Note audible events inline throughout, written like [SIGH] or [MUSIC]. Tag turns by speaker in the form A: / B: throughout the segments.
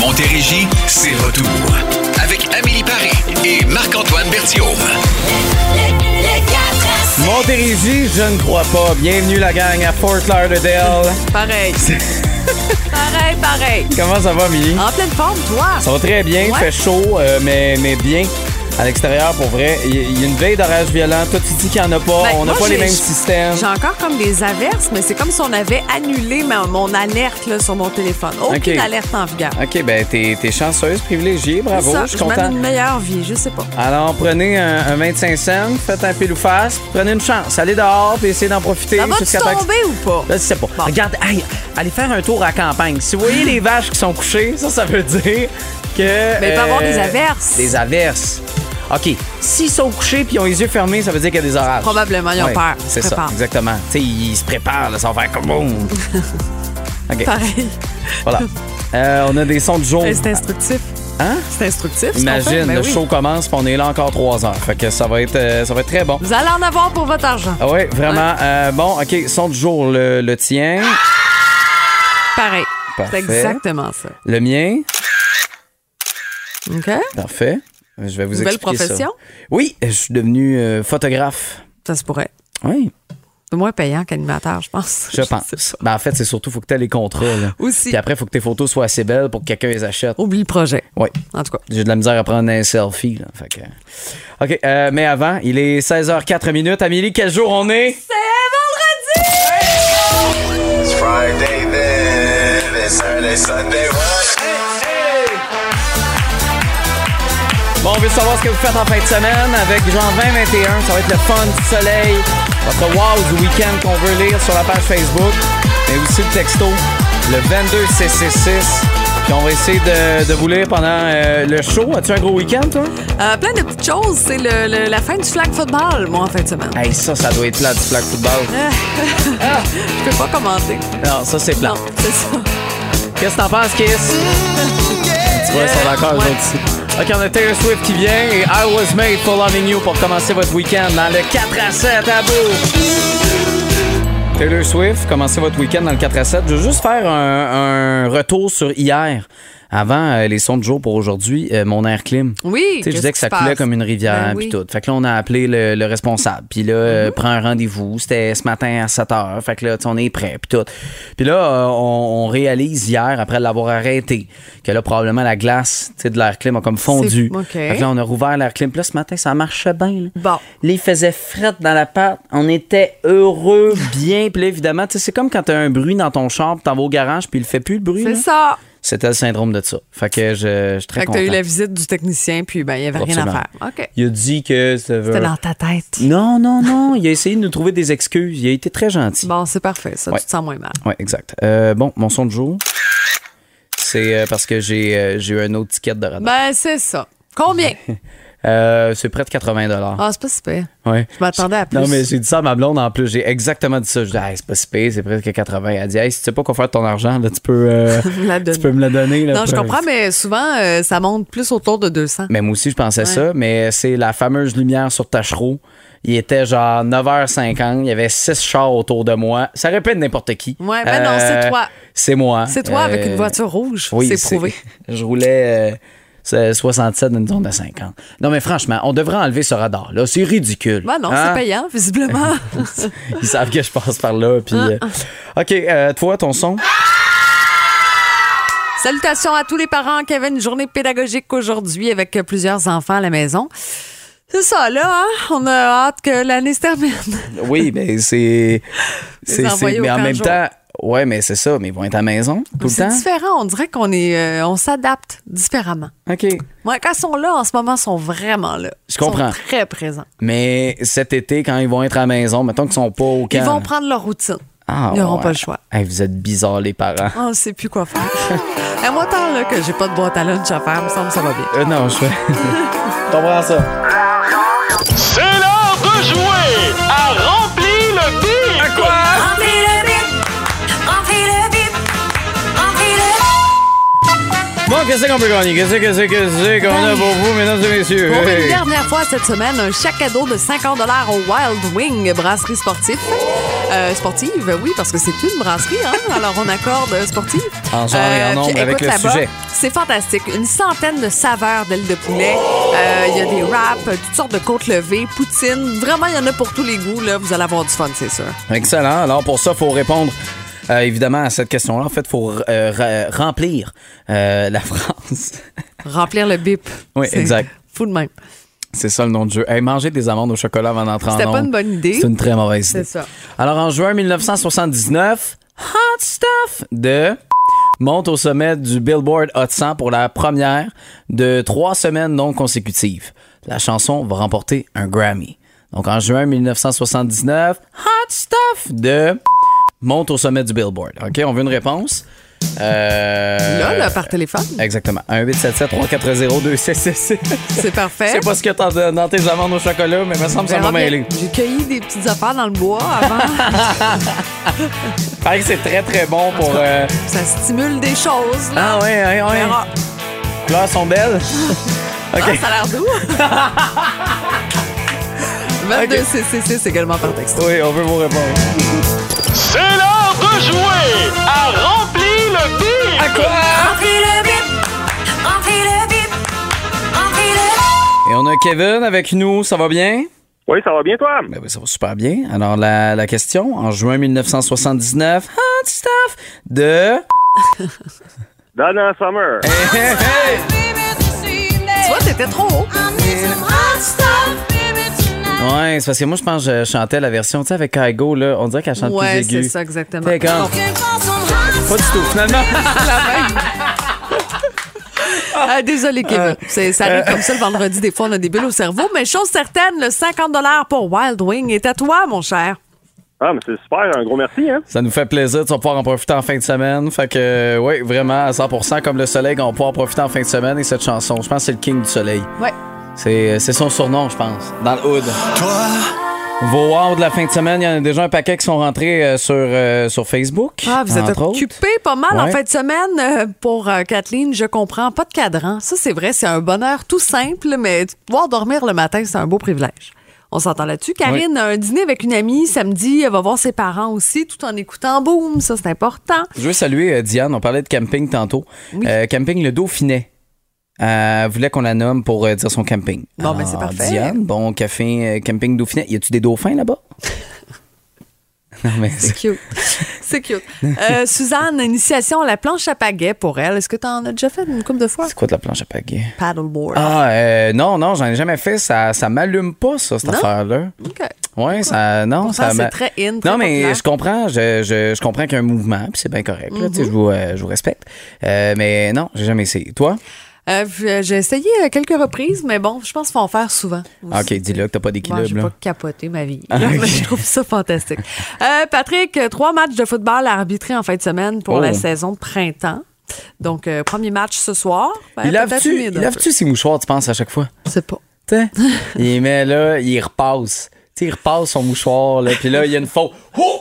A: Montérégie, c'est retour. Avec Amélie Paris et Marc-Antoine Berthiaume.
B: Montérégie, je ne crois pas. Bienvenue la gang à Fort Lauderdale. [LAUGHS]
C: Pareil. pareil, pareil.
B: Comment ça va, Amélie?
C: En pleine forme, toi.
B: Ça va très bien, il
C: Ouais.
B: fait chaud, euh, mais, mais bien. À l'extérieur, pour vrai, il y- il y a une veille d'orage violent. Toi, tu dis qu'il n'y en a pas.
C: Ben,
B: on n'a
C: moi,
B: pas les
C: j'ai-
B: mêmes systèmes.
C: J'ai encore comme des averses, mais c'est comme si on avait annulé ma- mon alerte là, sur mon téléphone. Aucune
B: Ok.
C: alerte en vigueur.
B: OK, ben, t'es t'es chanceuse, privilégiée. Ah, Bravo,
C: C'est ça,
B: je suis
C: je mène
B: content.
C: une meilleure vie, je sais pas.
B: Alors, prenez un, un 25 cents, faites un pile ou face, prenez une chance. Allez dehors puis essayez d'en profiter.
C: Ça va-tu
B: jusqu'à temps que-
C: tomber ou pas?
B: Là, je sais pas.
C: Bon.
B: Regarde, hey, allez faire un tour à la campagne. Si vous voyez les vaches qui sont couchées, ça, ça veut dire que.
C: Mais il peut avoir des averses.
B: euh, Des averses. OK. S'ils sont couchés puis ils ont les yeux fermés, ça veut dire qu'il y a des orages.
C: Probablement, ils ont
B: Ouais,
C: peur. Ils se
B: C'est ça,
C: préparent.
B: exactement. Tu sais, ils se préparent, là, ça va faire comme
C: [LAUGHS]
B: boum. OK,
C: Pareil.
B: voilà. Euh, on a des sons de jour.
C: Hey, C'est instructif.
B: Hein?
C: C'est instructif. ce qu'on fait.
B: Imagine,
C: Ben
B: le
C: oui.
B: show commence puis on est là encore trois heures. Fait que ça va être, euh, ça va être très bon.
C: Vous allez en avoir pour votre argent.
B: Ah ouais, vraiment. Euh, bon, OK, son du jour, le, le tien,
C: Pareil.
B: Parfait.
C: C'est exactement ça.
B: le mien.
C: OK?
B: Parfait. Je vais vous
C: Nouvelle
B: expliquer
C: profession?
B: ça. Oui, je suis devenu euh, photographe.
C: Ça se pourrait.
B: Oui,
C: C'est moins payant qu'animateur, [LAUGHS] je pense.
B: je pense. Ben, en fait, c'est surtout faut que tu aies les contrats. Là.
C: Aussi. Oh.
B: Puis après, faut que tes photos soient assez belles pour que quelqu'un les achète.
C: Oublie le projet.
B: Oui.
C: En tout cas.
B: J'ai de la misère à prendre un selfie. Là. Fait que... OK, euh, mais avant, il est 16h04 minutes. Amélie, quel jour on est?
D: It's Friday then, it's Saturday, Sunday, what?
B: Bon, on veut savoir ce que vous faites en fin de semaine avec Jean 2021. Ça va être le fun du soleil. Votre wow du week-end qu'on veut lire sur la page Facebook. Mais aussi le texto, le 22666. Puis on va essayer de, de vous lire pendant euh, le show. As-tu un gros week-end, toi?
C: Euh, plein de petites choses. C'est le- le- la fin du flag football, moi, en fin de semaine.
B: Hey, ça, ça doit être plat du flag football.
C: Je peux pas commenter.
B: Non, ça, c'est plat.
C: Non, c'est ça.
B: Qu'est-ce que t'en penses, Kiss? Tu vois, ils sont d'accord, eux
C: Ouais.
B: autres, ici. OK, on a Taylor Swift qui vient et I Was Made for Loving You pour commencer votre week-end dans le 4 à 7 à bout. Taylor Swift, commencez votre week-end dans le 4 à 7. Je veux juste faire un, un retour sur hier. Avant euh, les sons de jour pour aujourd'hui, euh, mon air clim.
C: Oui,
B: Tu sais, je disais
C: qu'est-ce
B: que ça
C: qui se
B: coulait
C: passe?
B: comme une rivière
C: Ben
B: puis
C: oui.
B: tout. Fait que là, on a appelé le, le responsable. Puis là,
C: Mm-hmm.
B: euh, prend un rendez-vous. C'était ce matin à 7 h. Fait que là, tu sais, on est prêt puis tout. Puis là, euh, on, on réalise hier, après l'avoir arrêté, que là, probablement la glace tu sais, de l'air clim a comme fondu.
C: C'est- OK.
B: Fait que là, on a rouvert l'air clim. Puis là, ce matin, ça marchait bien. là.
C: Bon.
B: Là, il faisait fret dans l'appart. On était heureux, bien. Puis là, évidemment, tu sais, c'est comme quand t'as un bruit dans ton champ, puis t'en vas au garage, puis il fait plus le bruit.
C: C'est
B: là.
C: ça.
B: C'était le syndrome de ça. Fait que je, je suis très
C: Fait que
B: content. Euh,
C: t'as eu la visite du technicien, puis ben, il y avait rien à
B: Absolument.
C: faire. OK.
B: Il a dit que ça veut.
C: C'était dans ta tête.
B: Non, non, non. Il a essayé de nous trouver des excuses. Il a été très gentil.
C: Bon, c'est parfait. Ça,
B: Ouais.
C: tu te sens moins mal.
B: Oui, exact. Euh, bon, mon son de jour, c'est euh, parce que j'ai euh, j'ai eu un autre ticket de radar.
C: Ben, c'est ça.
B: [LAUGHS]
C: Combien?
B: Euh, c'est près de 80 dollars.
C: Ah, c'est pas si pire.
B: Ouais.
C: je m'attendais à plus.
B: Non, mais j'ai dit ça à ma blonde en plus. J'ai exactement dit ça. Je dis, Hey, c'est pas si pire, c'est presque 80. Elle dit, hey, si tu sais pas quoi faire de ton argent, là, tu, peux, euh,
C: Me [LAUGHS] la donner.
B: tu peux me la donner. là,
C: Non, je
B: pour-
C: comprends, mais souvent, euh, ça monte plus autour de 200.
B: Mais moi aussi, je pensais ça, mais c'est la fameuse lumière sur Tachereau. Il était genre 9h50, il y avait six chars autour de moi. Ça répète n'importe qui. Euh,
C: Ouais, ben non, c'est toi.
B: C'est moi.
C: C'est toi avec
B: Euh,
C: une voiture rouge.
B: Oui,
C: c'est prouvé.
B: [LAUGHS] Je roulais euh, c'est 67 dans une zone de 50. Non, mais franchement, on devrait enlever ce radar. là C'est ridicule.
C: Ben non,
B: Hein?
C: c'est payant,
B: [LAUGHS]
C: visiblement. [LAUGHS]
B: Ils savent que je passe par là. Puis,
C: Ah.
B: euh, OK, euh, toi, ton son.
C: Salutations à tous les parents qui avaient une journée pédagogique aujourd'hui avec euh, plusieurs enfants à la maison. C'est ça, là, hein? on a hâte que l'année se termine.
B: Oui, mais c'est. c'est-
C: envoyer
B: c'est-
C: au
B: Mais en
C: camp de
B: même
C: jour.
B: temps, ouais, mais c'est ça. Mais ils vont être à la maison tout le
C: C'est
B: temps.
C: différent, on dirait qu'on est, euh, on s'adapte différemment.
B: OK.
C: Moi, quand ils sont là, en ce moment, ils sont vraiment là.
B: Je comprends.
C: Ils sont très présents.
B: Mais cet été, quand ils vont être à la maison, mettons qu'ils sont pas au camp.
C: Ils vont prendre leur routine.
B: Ah,
C: ils n'auront
B: ouais.
C: pas le choix.
B: Hey, vous êtes bizarres, les parents.
C: On ne sait plus quoi faire. [LAUGHS] Et moi, tant là, que j'ai pas de boîte à lunch à faire, il me semble que ça va bien.
B: Euh, non, je fais.
C: [LAUGHS]
B: Je comprends ça.
E: C'est l'heure de jouer à remplir le bide. À quoi?
B: Bon, qu'est-ce qu'on peut gagner? Qu'est-ce que qu'est-ce que c'est qu'on a pour vous, mesdames et messieurs?
C: Pour
B: Hey.
C: une dernière fois cette semaine, un chèque cadeau de 50 au Wild Wing Brasserie Sportive. Euh, sportive, oui, parce que c'est une brasserie, hein? alors on accorde euh, sportive.
B: En genre et en nombre
C: puis
B: avec
C: écoute,
B: le
C: là-bas,
B: sujet.
C: C'est fantastique. Une centaine de saveurs d'ailes de poulet. Euh, Il y a des wraps, toutes sortes de côtes levées, poutine. Vraiment, il y en a pour tous les goûts. Là. Vous allez avoir du fun, c'est sûr.
B: Excellent. Alors pour ça, faut répondre euh, évidemment à cette question-là. En fait, faut euh, re- remplir euh, la [LAUGHS] France.
C: Remplir le bip.
B: Oui,
C: C'est
B: exact.
C: Fou de même.
B: C'est ça le nom du jeu. Hey, manger des amandes au chocolat avant d'entrer en
C: C'était pas
B: onde,
C: une bonne idée.
B: C'est une très mauvaise idée.
C: C'est ça.
B: Alors en juin 1979, Hot Stuff de monte au sommet du Billboard Hot 100 pour la première de trois semaines non consécutives. La chanson va remporter un Grammy. Donc en juin 1979, Hot Stuff de monte au sommet du Billboard. OK, on veut une réponse. Euh,
C: Là, là, par téléphone,
B: Exactement. 1 877 340 2666
C: c'est
B: je
C: parfait.
B: sais pas ce que t'as de- dans tes amandes au chocolat, Hein? mais il me semble que ça m'a
C: Remplir-
B: mêlé.
C: J'ai cueilli des petites affaires dans le bois avant.
B: Pareil que c'est très très bon pour. euh,
C: ça stimule des choses. Là.
B: Ah ouais, ouais, ouais.
C: Ah,
B: Les fleurs sont belles. OK.
C: ça a l'air
B: [LAUGHS]
C: doux. 22
B: Ok.
C: CCC, c'est également par texte.
B: Oui, on veut vos réponses.
E: C'est l'heure de jouer à Rempli le bip!
B: Et on a Kevin avec nous, ça va bien?
F: Oui, ça va bien, toi?
B: Ben oui, ça va super bien. Alors, la, la question, en juin 1979, Hot Stuff de.
F: [LAUGHS] Donna Summer.
B: Hey, hey!
C: Tu vois, t'étais trop haut.
B: Ouais, c'est parce que moi, je pense que je chantais la version, tu sais, avec Kygo, là. On dirait qu'elle chante
C: Ouais,
B: plus aiguë.
C: c'est ça, exactement.
B: T'es comme-
C: Bon,
B: Pas du tout, finalement.
C: ah, désolé,
B: Euh.
C: Kevin. C'est- ça arrive comme ça le vendredi. Des fois, on a des bulles au cerveau. Mais chose certaine, le 50 pour Wild Wing est à toi, mon cher.
F: Ah, mais c'est super, un gros merci, hein?
B: Ça nous fait plaisir, tu vas pouvoir en profiter en fin de semaine. Fait que, oui, vraiment, à 100%, comme le soleil, on va pouvoir en profiter en fin de semaine. Et cette chanson, je pense que c'est le king du soleil.
C: Ouais.
B: C'est c'est son surnom, je pense, dans le hood. Vos wow de la fin de semaine, il y en a déjà un paquet qui sont rentrés euh, sur, euh, sur Facebook.
C: Ah, vous êtes
B: entre autres.
C: occupé pas mal en
B: Ouais.
C: fin de semaine euh, pour euh, Kathleen. Je comprends. Pas de cadran. Ça, c'est vrai. C'est un bonheur tout simple, mais de pouvoir dormir le matin, c'est un beau privilège. On s'entend là-dessus. Karine a un dîner avec une amie samedi. Elle va voir ses parents aussi tout en écoutant Boom. Ça, c'est important.
B: Je veux saluer euh, Diane, on parlait de camping tantôt. Euh, camping le Dauphinet. Euh, Elle voulait qu'on la nomme pour euh, dire son camping.
C: Bon, ben,
B: Alors,
C: c'est parfait.
B: Diane, bon, café, euh, camping Dauphinet. Y a-tu des dauphins
C: [LAUGHS]
B: là-bas? non, mais
C: C'est
B: [LAUGHS]
C: cute. c'est cute. Euh, Suzanne, initiation à la planche à pagaie pour elle. Est-ce que tu en as déjà fait une couple de fois?
B: C'est quoi de la planche à pagaie?
C: Paddleboard.
B: Ah, euh, non, non, j'en ai jamais fait. Ça, ça m'allume pas, ça, cette
C: Non?
B: affaire-là.
C: OK.
B: Ouais, ça. Non,
C: Pourtant,
B: ça.
C: c'est
B: m'a-
C: très in, très
B: Non, mais
C: populaire.
B: je comprends. Je, je, je comprends qu'il y a un mouvement, puis c'est bien correct. là, tu
C: Mhm.
B: sais, je, vous, euh, je vous respecte. Euh, mais non, j'ai jamais essayé. Toi?
C: Euh, j'ai j'ai essayé à quelques reprises, mais bon, je pense qu'il faut en faire souvent.
B: Ah, OK, dis-le que t'as pas
C: Bon,
B: d'équilibre.
C: j'ai
B: là.
C: pas capoté
B: [LAUGHS]
C: ma vie.
B: Ah, ok.
C: Mais je trouve ça fantastique. Euh, Patrick, euh, trois matchs de football à arbitrer en fin de semaine pour
B: Oh.
C: la saison de printemps. Donc, euh, premier match ce soir. Ben,
B: il
C: peut-être
B: lave-tu
C: humide
B: il
C: un peu.
B: lave-tu ses mouchoirs, tu penses, à chaque fois?
C: Je sais pas.
B: Tu
C: [LAUGHS]
B: sais, il met là, il repasse. Tu sais, il repasse son mouchoir, là, puis là, il y a une faute. Oh!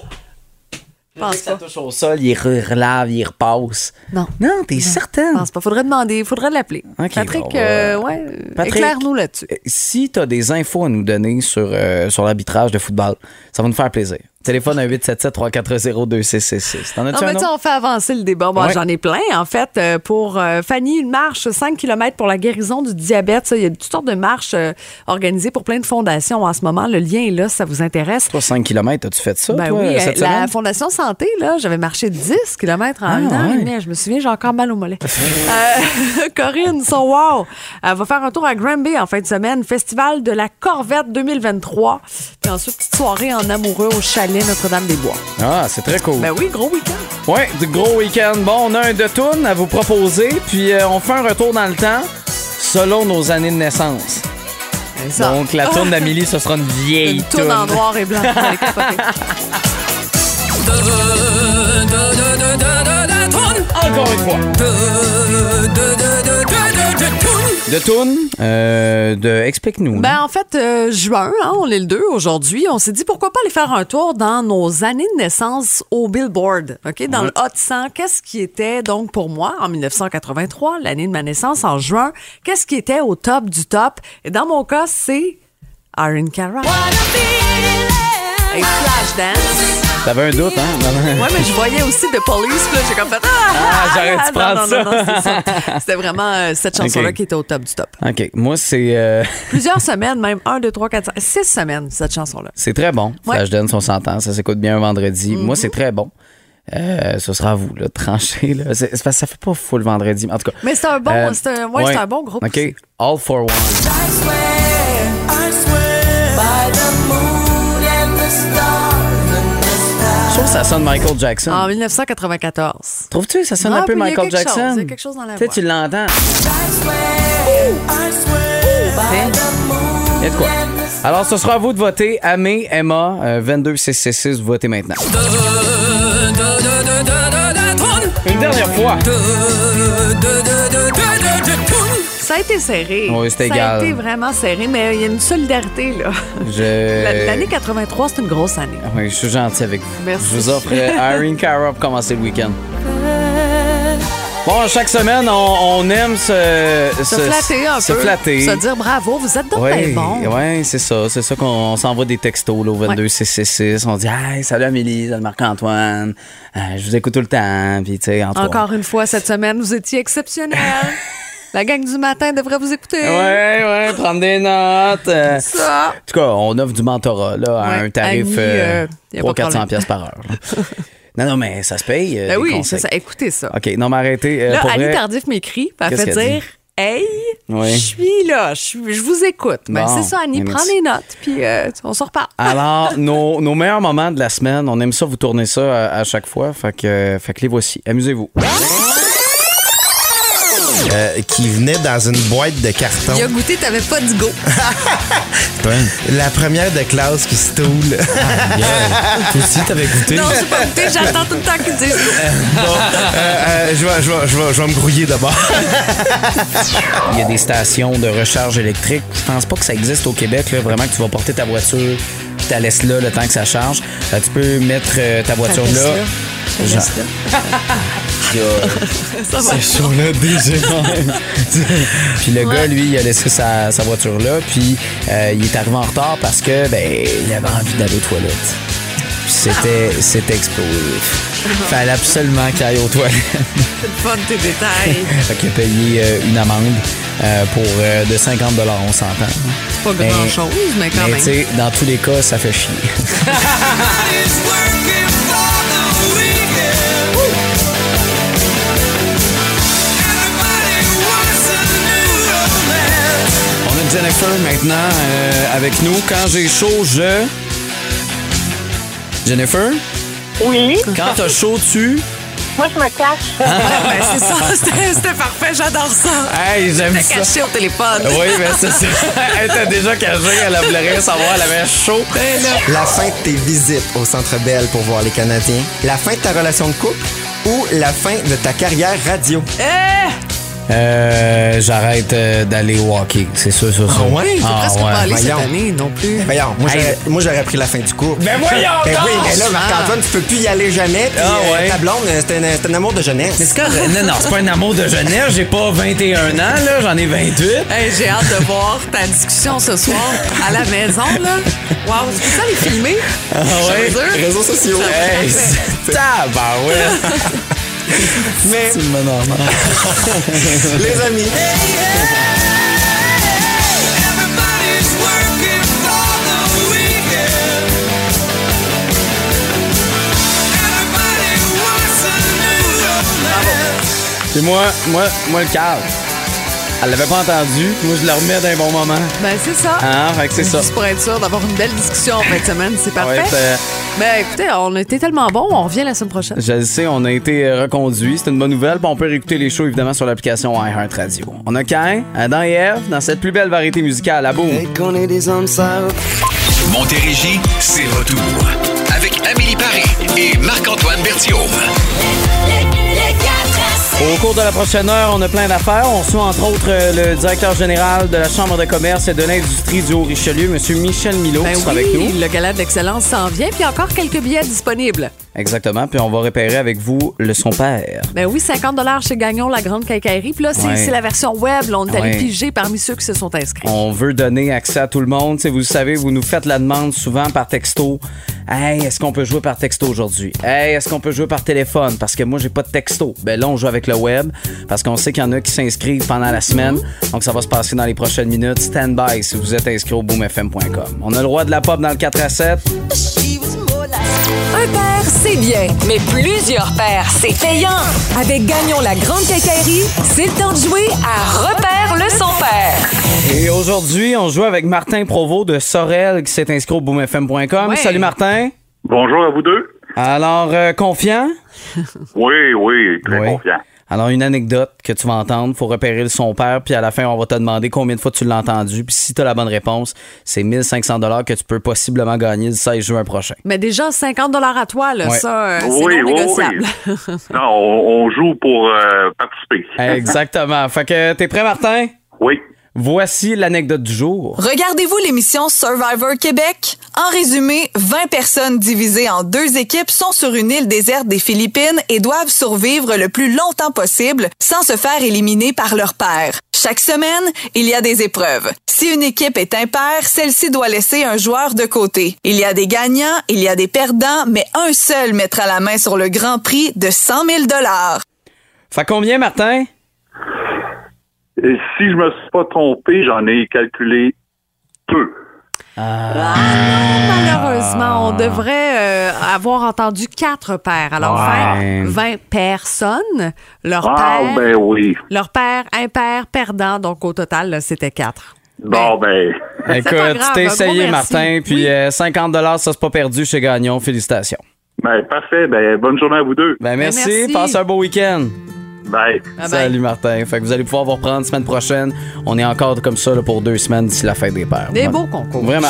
C: Je pense
B: Ça
C: pas.
B: touche au sol, il re- relave, il repasse.
C: Non.
B: Non, t'es certaine?
C: Je pense pas. Faudrait demander, faudrait l'appeler.
B: Ok,
C: Patrick,
B: on va-
C: euh, ouais, euh,
B: Patrick.
C: éclaire-nous là-dessus.
B: Euh, si tu as des infos à nous donner sur, euh, sur l'arbitrage de football, ça va nous faire plaisir. Téléphone à 877-340-2666. T'en as-tu
C: Non,
B: un
C: mais tu sais,
B: autre?
C: on fait avancer le débat. Moi,
B: Ouais.
C: j'en ai plein, en fait. Euh, Pour euh, Fanny, une marche 5 km pour la guérison du diabète. Ça, Il y a toutes sortes de marches euh, organisées pour plein de fondations en ce moment. Le lien est là si ça vous intéresse.
B: Toi, 5 km, as-tu fait ça,
C: Ben
B: toi,
C: oui, euh,
B: cette
C: la
B: semaine?
C: Fondation Santé, là, j'avais marché 10 km en
B: Ah,
C: un an et
B: ouais.
C: demi. Je me souviens, j'ai encore mal au mollet. Euh, [LAUGHS] Corinne, son wow, elle va faire un tour à Granby en fin de semaine, festival de la Corvette 2023. Puis ensuite, petite soirée en amoureux au chalet Notre-Dame-des-Bois.
B: Ah, c'est très cool.
C: Ben oui, gros week-end.
B: Ouais, du gros week-end. Bon, on a un de tune à vous proposer, puis euh, on fait un retour dans le temps selon nos années de naissance.
C: Ça. Ah. Oh,
B: Donc, la tourne d'Amélie, ce sera une vieille
C: Une tourne en noir
B: [LAUGHS]
C: et blanc. pour les capoter.
B: Encore une fois. De tune, euh, de explique-nous. là.
C: Ben, en fait, euh, juin, hein, on est le 2 aujourd'hui. On s'est dit pourquoi pas aller faire un tour dans nos années de naissance au Billboard, OK? Dans le Hot 100. Qu'est-ce qui était donc pour moi en 1983, l'année de ma naissance en juin? Qu'est-ce qui était au top du top? Et dans mon cas, c'est Aaron Carra et Flashdance.
B: T'avais un doute, hein?
C: Ouais, mais je voyais aussi The Police, puis là, j'ai comme fait. Ah,
B: Ah, j'aurais dû
C: non,
B: prendre
C: non,
B: ça.
C: non, non, c'est
B: [LAUGHS]
C: ça. C'était vraiment euh, cette chanson-là
B: Ok.
C: qui était au top du top.
B: [LAUGHS] OK. Moi, c'est euh,
C: Plusieurs semaines, même 1, 2, 3, 4, 5, 6 semaines, cette chanson-là.
B: c'est très bon.
C: Ouais. Mhm.
B: Flash Dance, on s'entend. Ça s'écoute bien un vendredi. Moi, c'est très bon. Euh, ce sera à vous, là, tranchez. Là. C'est- c'est parce que ça fait pas full vendredi. mais En tout cas.
C: Mais c'est un bon-
B: Euh,
C: c'est un- ouais, c'est un bon groupe
B: OK.
C: aussi.
B: All for One. Je trouve que ça sonne Michael Jackson.
C: En 1994.
B: Trouves-tu que ça sonne
C: Ah,
B: un peu
C: puis il y a
B: Michael
C: quelque chose,
B: Jackson?
C: il y a quelque chose dans la
B: Tu sais,
C: voix.
B: tu l'entends. Il y a de quoi. Alors, ce sera à vous de voter. Amé, Emma, euh, 22666, votez maintenant. Une dernière fois.
C: Ça a été serré.
B: Oui, c'était
C: Ça
B: égal. Euh.
C: a été vraiment serré, mais il y a une solidarité, là. [LAUGHS]
B: Je...
C: L'année 83, c'est une grosse année.
B: Oui, je suis gentil avec vous.
C: Merci.
B: Je vous offre euh, Irene Cara pour commencer le week-end. Euh, Bon, chaque semaine, on, on aime se,
C: Se flatter un
B: se
C: peu.
B: flatter.
C: Se dire ah, ben bravo, vous êtes donc
B: Ouais,
C: bien bons.
B: ouais, c'est ça. C'est ça qu'on on s'envoie des textos là, au 22666. On dit Hey, salut Amélie, salut Marc-Antoine. Euh, je vous écoute tout le temps. Puis, tu sais, en tout cas,
C: Encore une fois, cette semaine, vous étiez exceptionnels.
B: [LAUGHS]
C: La gang du matin devrait vous écouter.
B: Ouais, ouais, prendre des notes. euh.
C: Ça.
B: En tout cas, on offre du mentorat là, à
C: Ouais,
B: un tarif
C: Annie,
B: euh,
C: euh, y a pas de
B: 300-400
C: problème.
B: piastres par
C: [LAUGHS]
B: heure. là. non, non, mais ça se paye. euh,
C: Ben
B: des
C: oui,
B: conseils.
C: c'est ça. Écoutez ça.
B: OK, non, mais arrêtez. euh,
C: Là,
B: pour
C: Annie
B: vrai.
C: Tardif m'écrit, puis elle
B: Qu'est-ce
C: fait
B: qu'elle
C: dire Hey,
B: Ouais.
C: je suis là, je suis- je vous écoute. Ben,
B: Bon. Ah.
C: c'est ça, Annie,
B: Mais
C: prends
B: merci.
C: les notes, puis euh, on se reparle.
B: Alors, nos, nos meilleurs moments de la semaine, on aime ça vous tourner ça à, à chaque fois. Fait que, euh, fait que les voici. Amusez-vous.
G: Euh, qui venait dans une boîte de carton.
C: Il a goûté, t'avais pas du go.
G: La première de classe qui se toule.
H: Toi aussi, t'avais goûté.
C: non, j'ai pas goûté, j'attends tout le temps qu'ils disent
B: [LAUGHS]
G: Bon, euh, euh, je vais- je vais- je vais je vais me grouiller d'abord.
C: [LAUGHS]
B: Il y a des stations de recharge électrique. Je pense pas que ça existe au Québec, là, vraiment que tu vas porter ta voiture puis tu la laisses là le temps que ça charge. Euh, tu peux mettre euh, ta voiture là. Genre- [LAUGHS]
G: Sur le DG.
B: Puis le gars, lui, il a laissé sa, sa voiture là, puis euh, il est arrivé en retard parce que ben il avait envie d'aller aux toilettes. Puis C'était, c'était explosif. Fallait absolument qu'il aille aux toilettes.
C: Fun tes détails.
B: Fait qu'il a payé euh, une amende euh, pour euh, de 50 on s'entend.
C: C'est pas
B: Mais-
C: grand chose, mais quand
B: Mais Ben, tu
C: même.
B: sais, dans tous les cas, ça fait chier. [LAUGHS] On a Jennifer maintenant euh, avec nous. Quand j'ai chaud, je. Jennifer,
I: Oui,
B: quand t'as chaud, tu.
I: moi je me cache.
C: Ben, c'est ça, [LAUGHS] c'était c'était parfait, j'adore ça.
B: Hey, j'aime
C: T'es caché au téléphone.
B: Oui, mais c'est ça. Elle était déjà cachée, elle voulait rien savoir, elle avait chaud.
H: La fin de tes visites au Centre Bell pour voir les Canadiens. La fin de ta relation de couple ou la fin de ta carrière radio.
C: Eh,
B: Euh, j'arrête euh, d'aller au hockey, c'est sûr, sûr, sûr.
H: Ah ouais?
B: Ah
C: Presque
B: ouais.
C: pas allé cette
H: voyons.
C: année non plus.
H: Voyons, moi
B: Hey,
H: j'aurais- moi, j'aurais pris la fin du cours.
B: Ben voyons
H: Ben oui,
B: donc!
H: mais là, Marc-Antoine, tu peux plus y aller jamais. Puis,
B: Ah
H: euh,
B: ouais.
H: ta blonde, euh, c'est un, c'est un amour de jeunesse.
B: Mais c'est correct. Ben, Non, non, c'est pas un amour de jeunesse. J'ai pas 21 ans, là. J'en ai 28.
C: Hey, j'ai hâte de voir ta discussion ce soir à la maison, là. Wow, tu peux ça les filmer? Ah
B: ouais?
H: Réseaux sociaux.
B: Hey, tabarouette.
H: Mais,
B: C'est pas normal.
H: les amis,
B: [LAUGHS] Puis moi, moi, moi, le calme. Elle l'avait pas entendu. puis Moi, je le remets d'un bon moment.
C: Ben, c'est ça.
B: Hein? Fait que c'est ça.
C: Juste pour être sûr d'avoir une belle discussion en fin de semaine, c'est parfait.
B: Ouais, euh,
C: Ben, écoutez, on était tellement bon, on revient la semaine prochaine.
B: Je le sais, on a été euh, reconduits. C'est une bonne nouvelle. Puis on peut réécouter les shows, évidemment, sur l'application iHeartRadio. On a Cain, Adam et Eve dans cette plus belle variété musicale. À boum!
A: Montérégie, c'est retour. Avec Amélie Paris et Marc-Antoine Berthiaume.
B: Au cours de la prochaine heure, on a plein d'affaires. On reçoit entre autres euh, le directeur général de la Chambre de commerce et de l'industrie du Haut-Richelieu, M. Michel Milot,
C: Ben
B: qui
C: oui,
B: sera avec nous.
C: le gala de l'excellence s'en vient, puis encore quelques billets disponibles.
B: Exactement. Puis on va repérer avec vous le son père.
C: Ben oui, 50 chez Gagnon, la grande quincaillerie. Puis là, c'est
B: Ouais.
C: c'est la version web. Là, on est
B: Ouais.
C: allé piger parmi ceux qui se sont inscrits.
B: On veut donner accès à tout le monde. Tu sais, vous le savez, vous nous faites la demande souvent par texto. Hey, est-ce qu'on peut jouer par texto aujourd'hui? Hey, est-ce qu'on peut jouer par téléphone? Parce que moi, j'ai pas de texto. Ben là, on joue avec le web parce qu'on sait qu'il y en a qui s'inscrivent pendant la semaine. Donc, ça va se passer dans les prochaines minutes. Stand by si vous êtes inscrit au boomfm.com. On a le roi de la pop dans le 4 à 7.
J: Un père, c'est bien, mais plusieurs pères, c'est payant. Avec Gagnon la grande quincaillerie, c'est le temps de jouer à Repère le son père.
B: Et aujourd'hui, on joue avec Martin Provost de Sorel qui s'est inscrit au boomfm.com.
C: Ouais.
B: Salut, Martin.
F: Bonjour à vous deux.
B: Alors, euh, confiant?
F: Oui, oui, très
B: Oui.
F: confiant.
B: Alors, une anecdote que tu vas entendre, faut repérer le son père, puis à la fin, on va te demander combien de fois tu l'as entendu, puis si tu as la bonne réponse, c'est 1500 dollars que tu peux possiblement gagner le 16 juin prochain.
C: Mais déjà, 50 à toi, là,
B: Ouais.
C: ça, euh, c'est
F: Oui,
C: non
F: oui, [LAUGHS]
C: négociable.
F: oui. Non, on, on joue pour euh, participer.
B: Exactement. Fait que t'es prêt, Martin?
F: Oui.
B: Voici l'anecdote du jour.
J: Regardez-vous l'émission Survivor Québec? En résumé, 20 personnes divisées en deux équipes sont sur une île déserte des Philippines et doivent survivre le plus longtemps possible sans se faire éliminer par leur père. Chaque semaine, il y a des épreuves. Si une équipe est impaire, celle-ci doit laisser un joueur de côté. Il y a des gagnants, il y a des perdants, mais un seul mettra la main sur le grand prix de 100 000
B: Fait combien, Martin?
F: Et si je me suis pas trompé, j'en ai calculé peu.
C: Ah, Malheureusement, on devrait euh, avoir entendu quatre pères. Alors,
B: Ouais.
C: faire 20 personnes, leur
F: Ah,
C: père,
F: ben oui.
C: leur père, impair, perdant. Donc, au total, là, c'était quatre.
F: Bon, ben,
B: Écoute,
C: pas
B: tu
C: grave,
B: t'es
C: un gros
B: essayé,
C: merci.
B: Martin, puis
C: Oui.
B: euh, 50 dollars, ça c'est pas perdu chez Gagnon. Félicitations.
F: ben, parfait. Ben, bonne journée à vous deux.
B: Ben merci,
C: merci.
B: passe un beau week-end.
F: Bye.
C: Bye-bye.
B: Salut, Martin. Fait que vous allez pouvoir vous reprendre semaine prochaine. On est encore comme ça là, pour deux semaines d'ici la fête des pères.
C: Des
B: Voilà.
C: beaux concours.
B: Vraiment.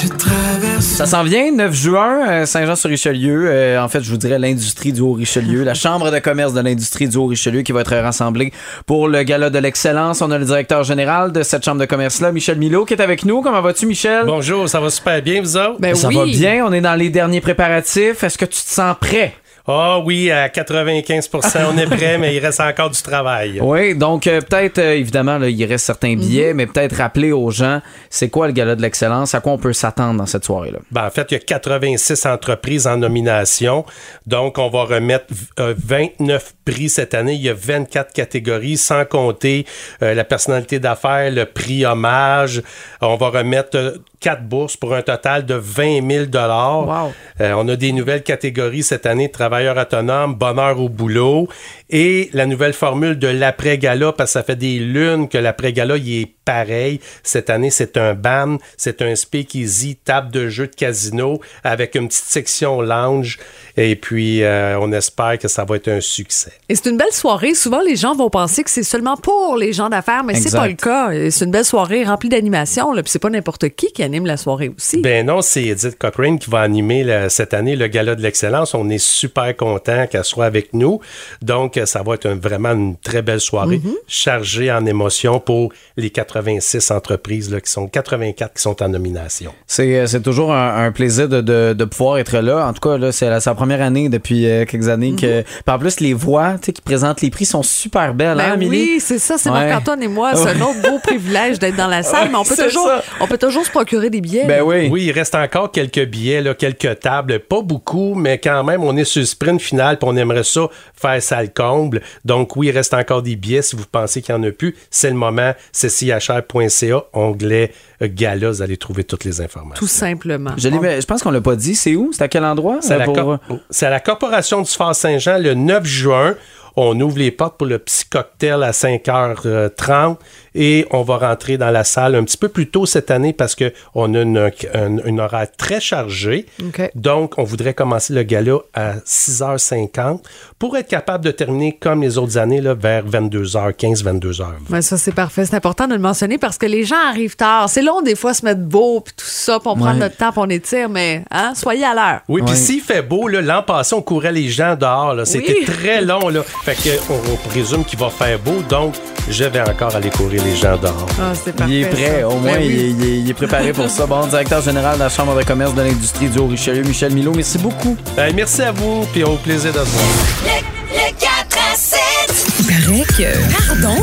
B: Ça s'en vient, 9 juin, euh, Saint-Jean-sur-Richelieu. Euh, en fait, je vous dirais l'industrie du Haut-Richelieu, la chambre de commerce de l'industrie du Haut-Richelieu qui va être rassemblée pour le gala de l'excellence. On a le directeur général de cette chambre de commerce-là, Michel Milot, qui est avec nous. Comment vas-tu, Michel?
K: Bonjour, ça va super bien, vous autres?
C: Ben
B: Ça
C: oui.
B: va bien, on est dans les derniers préparatifs. Est-ce que tu te sens prêt?
K: Ah oui, à 95 on est prêt, mais il reste encore du travail.
B: Oui, donc euh, peut-être, euh, évidemment, là, il reste certains billets, mais peut-être rappeler aux gens, c'est quoi le gala de l'excellence? À quoi on peut s'attendre dans cette soirée-là?
K: Ben, en fait, il y a 86 entreprises en nomination. Donc, on va remettre euh, 29 prix cette année. Il y a 24 catégories, sans compter euh, la personnalité d'affaires, le prix hommage. On va remettre euh, quatre bourses pour un total de 20 000
C: Wow.
K: Euh, On a des nouvelles catégories cette année, travailleurs autonomes, bonheur au boulot et la nouvelle formule de l'après-gala, parce que ça fait des lunes que l'après-gala, il est pareil. Cette année, c'est un BAM, c'est un speakeasy, table de jeu de casino avec une petite section lounge. Et puis, euh, on espère que ça va être un succès.
C: Et c'est une belle soirée. Souvent, les gens vont penser que c'est seulement pour les gens d'affaires, mais c'est
B: Exact.
C: pas le cas. Et C'est une belle soirée remplie d'animation. là, Puis c'est pas n'importe qui qui anime la soirée aussi.
K: Ben non, c'est Edith Cochrane qui va animer le- cette année le Gala de l'Excellence. On est super content qu'elle soit avec nous. Donc, euh, ça va être un- vraiment une très belle soirée chargée en émotions pour les 86 entreprises, là, qui sont 84 qui sont en nomination.
B: C'est, euh, c'est toujours un, un plaisir de, de- de pouvoir être là. En tout cas, là, c'est la, c'est la première année depuis euh, quelques années que. Puis en plus, les voix tu sais, qui présentent les prix sont super belles, hein,
C: Ben
B: Amélie?
C: oui, c'est ça, c'est
B: Ouais.
C: Marc-Antoine et moi. C'est un
B: [LAUGHS]
C: autre beau privilège d'être dans la salle,
B: Ouais,
C: mais on peut,
B: c'est
C: toujours,
B: ça.
C: on peut toujours se procurer des billets.
B: Ben oui.
K: Oui, il reste encore quelques billets, là, quelques tables. Pas beaucoup, mais quand même, on est sur le sprint final puis on aimerait ça faire ça le comble. Donc, oui, il reste encore des billets. Si vous pensez qu'il n'y en a plus, c'est le moment. C'est chr.ca, onglet euh, gala. Vous allez trouver toutes les informations.
C: Tout simplement.
B: Je, l'ai-
C: On-
B: mais je pense qu'on l'a pas dit. C'est où? C'est à quel endroit?
K: C'est à,
B: euh,
K: la
B: pour-
K: cor- c'est à la Corporation du Fort Saint-Jean le 9 juin. On ouvre les portes pour le petit cocktail à 5h30 et on va rentrer dans la salle un petit peu plus tôt cette année parce qu'on a une, un- une horaire très chargée.
C: OK.
K: Donc, on voudrait commencer le gala à 6h50 pour être capable de terminer comme les autres années là, vers 22h15, 22h20.
C: Ben, ça, c'est parfait. C'est important de le mentionner parce que les gens arrivent tard. C'est long, des fois, se mettre beau, puis tout ça, puis on prend
B: Ouais.
C: notre temps, puis on étire, mais hein, soyez à l'heure.
K: Oui,
B: Ouais.
K: puis s'il fait beau, là, l'an passé, on courait les gens dehors. là. C'était
C: Oui.
K: très long. Là. Fait que on présume qu'il va faire beau, donc je vais encore aller courir les gens dehors.
C: Ah, c'est parfait.
B: euh, Il est prêt,
C: ça.
B: au moins,
C: Ben oui.
B: il, est, il est- il est préparé pour ça. Bon, directeur général de la Chambre de commerce de l'industrie du Haut-Richelieu, Michel Milot, merci beaucoup.
K: Ben, merci à vous, puis au plaisir de se voir.
L: Le 4 à 7. Paraît que. Pardon?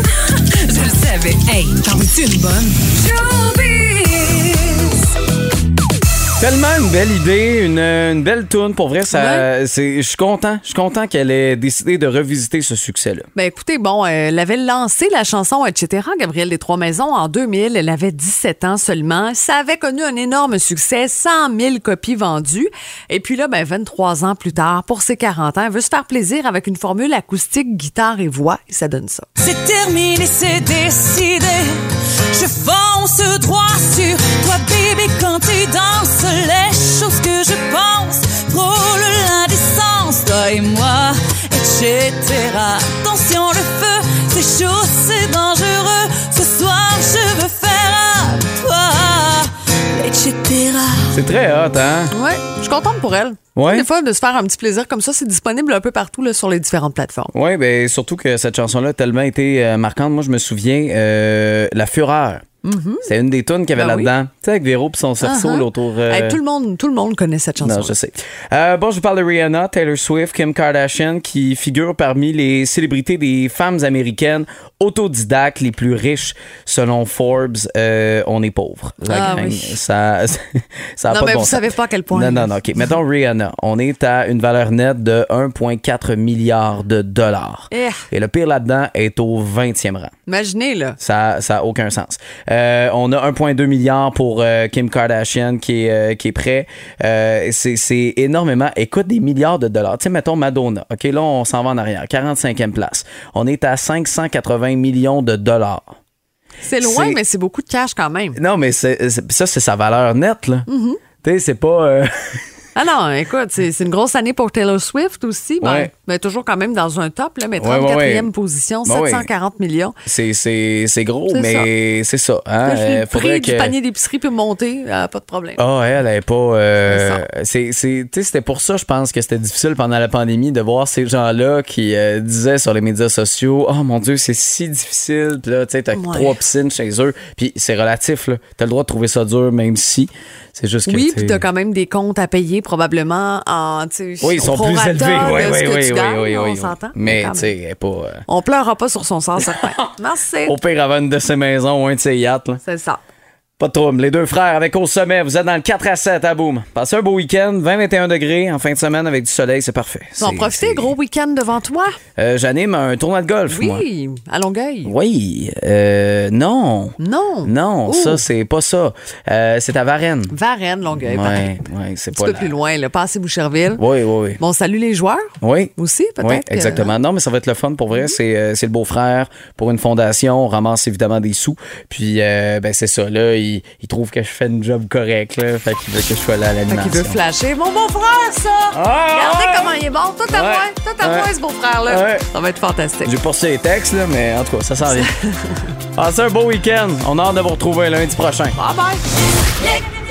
L: Je le savais. Hey, t'en es une bonne?
B: Tellement une belle idée, une, une belle tourne. Pour vrai, ça, c'est- je suis content. Je suis content qu'elle ait décidé de revisiter ce succès-là.
C: Ben écoutez, bon, euh, elle avait lancé la chanson Etc. Gabrielle des Trois Maisons en 2000. Elle avait 17 ans seulement. Ça avait connu un énorme succès, 100 000 copies vendues. Et puis là, ben 23 ans plus tard, pour ses 40 ans, elle veut se faire plaisir avec une formule acoustique, guitare et voix. Et ça donne ça.
L: C'est terminé, c'est décidé. Je fonce droit sur toi, bébé, quand tu danses. Les choses que je pense frôlent l'indécence. Toi et moi, etc. Attention, le feu, c'est chaud, c'est dangereux. Ce soir, je veux faire à toi, etc.
B: C'est très hot, hein?
C: Ouais, je suis contente pour elle.
B: Ouais.
C: Des fois, de se faire un petit plaisir comme ça, c'est disponible un peu partout là, sur les différentes plateformes.
B: Oui, ben surtout que cette chanson-là a tellement été euh, marquante. Moi, je me souviens, euh, La Fureur. C'est une des tunes qu'il y avait
C: Mhm. Ben oui.
B: là-dedans. Tu sais, avec Véro et son cerceau
C: Uh-huh.
B: là, autour. euh,
C: Hey, tout, le monde, tout le monde connaît cette chanson.
B: Non, je sais. Euh, bon, je vous parle de Rihanna, Taylor Swift, Kim Kardashian, qui figurent parmi les célébrités des femmes américaines autodidactes les plus riches. Selon Forbes, Euh, on est pauvre. La
C: Ah
B: gang,
C: oui.
B: ça, [LAUGHS] ça a
C: Non,
B: pas
C: mais
B: de bon
C: vous
B: sens.
C: savez pas à quel point.
B: Non, non, non. OK. Mettons Rihanna. On est à une valeur nette de 1,4 milliard de dollars.
C: Eh.
B: Et le pire là-dedans est au 20e rang.
C: Imaginez, là.
B: Ça n'a aucun sens. Euh, on a 1,2 milliard pour euh, Kim Kardashian qui est, euh, qui est prêt. Euh, c'est- c'est énormément. Écoute, des milliards de dollars. Tu sais, mettons Madonna. OK, là, on s'en va en arrière. 45e place. On est à 580 millions de dollars.
C: C'est loin,
B: C'est-
C: mais c'est beaucoup de cash quand même.
B: Non, mais c'est- c'est- ça, c'est sa valeur nette, là.
C: Mm-hmm.
B: Tu sais, c'est pas... euh, [LAUGHS]
C: Ah non, écoute, c'est c'est une grosse année pour Taylor Swift aussi. Bon,
B: Ouais.
C: ben, toujours quand même dans un top, là, mais
B: Ouais, ouais,
C: 34e
B: ouais.
C: position,
B: Ben ouais.
C: 740 millions.
B: C'est, c'est, c'est gros,
C: C'est
B: mais c'est ça. hein. Euh,
C: le
B: faudrait
C: prix
B: que-
C: du panier d'épicerie peut monter, euh, pas de problème.
B: Ah, elle, elle est pas. euh, c'est, c'est, tu sais, c'était pour ça, je pense, que c'était difficile pendant la pandémie de voir ces gens-là qui euh, disaient sur les médias sociaux Oh mon Dieu, c'est si difficile. Puis là, tu sais, t'as
C: Ouais.
B: trois piscines chez eux. Puis c'est relatif, là. T'as le droit de trouver ça dur, même si. C'est juste que.
C: oui,
B: tu
C: puis
B: sais-
C: t'as quand même des comptes à payer probablement en, tu sais,
B: Oui, ils
C: au
B: sont plus
C: prorata
B: élevés.
C: de
B: Oui,
C: ce
B: oui,
C: que
B: oui,
C: tu
B: oui,
C: gagnes,
B: oui,
C: on
B: oui, oui.
C: s'en
B: Mais, tu sais, elle est pas. euh,
C: On pleurera pas sur son
B: [LAUGHS]
C: sang certain. Merci.
B: Au pire, avant une de ses maisons ou un de ses yachts, là.
C: C'est ça.
B: Pas de trouble. Les deux frères avec Au Sommet, vous êtes dans le 4 à 7 à Boom. Passez un beau week-end, 20-21 degrés en fin de semaine avec du soleil, c'est parfait.
C: Tu vas en
B: C'est-
C: profiter, gros week-end devant toi.
B: Euh, J'anime un tournoi de golf, moi.
C: Oui, à Longueuil.
B: Oui, euh, non.
C: Non.
B: Non,
C: Ouh.
B: ça, c'est pas ça. Euh, c'est à Varennes.
C: Varennes, Longueuil. pareil.
B: Ouais, ouais, c'est
C: Eh,
B: pas
C: ben, Un petit peu
B: là.
C: plus loin, là. Passez Boucherville.
B: Oui, oui, oui.
C: Bon, salut les joueurs.
B: Oui.
C: Aussi, peut-être. euh,
B: Oui,
C: que- Mhm.
B: exactement. Non, mais ça va être le fun pour vrai. C'est euh, c'est le beau-frère pour une fondation. On ramasse évidemment des sous. Puis, euh, ben, c'est ça. Là, il, il trouve que je fais une job correcte. là. Fait qu'il veut que je sois là à
C: Fait
B: l'animation.
C: qu'il veut flasher. Mon beau-frère, ça! Regardez comment il est bon. Tout à
B: Ah! Ouais.
C: moi, tout à
B: Ouais.
C: moi, ce beau-frère-là.
B: Ouais.
C: Ça va être fantastique.
B: J'ai poursuivi les textes, là, mais en tout cas, ça
C: [LAUGHS]
B: s'en vient. Passez un beau week-end. On a hâte de vous retrouver lundi prochain.
C: Bye bye!
L: Le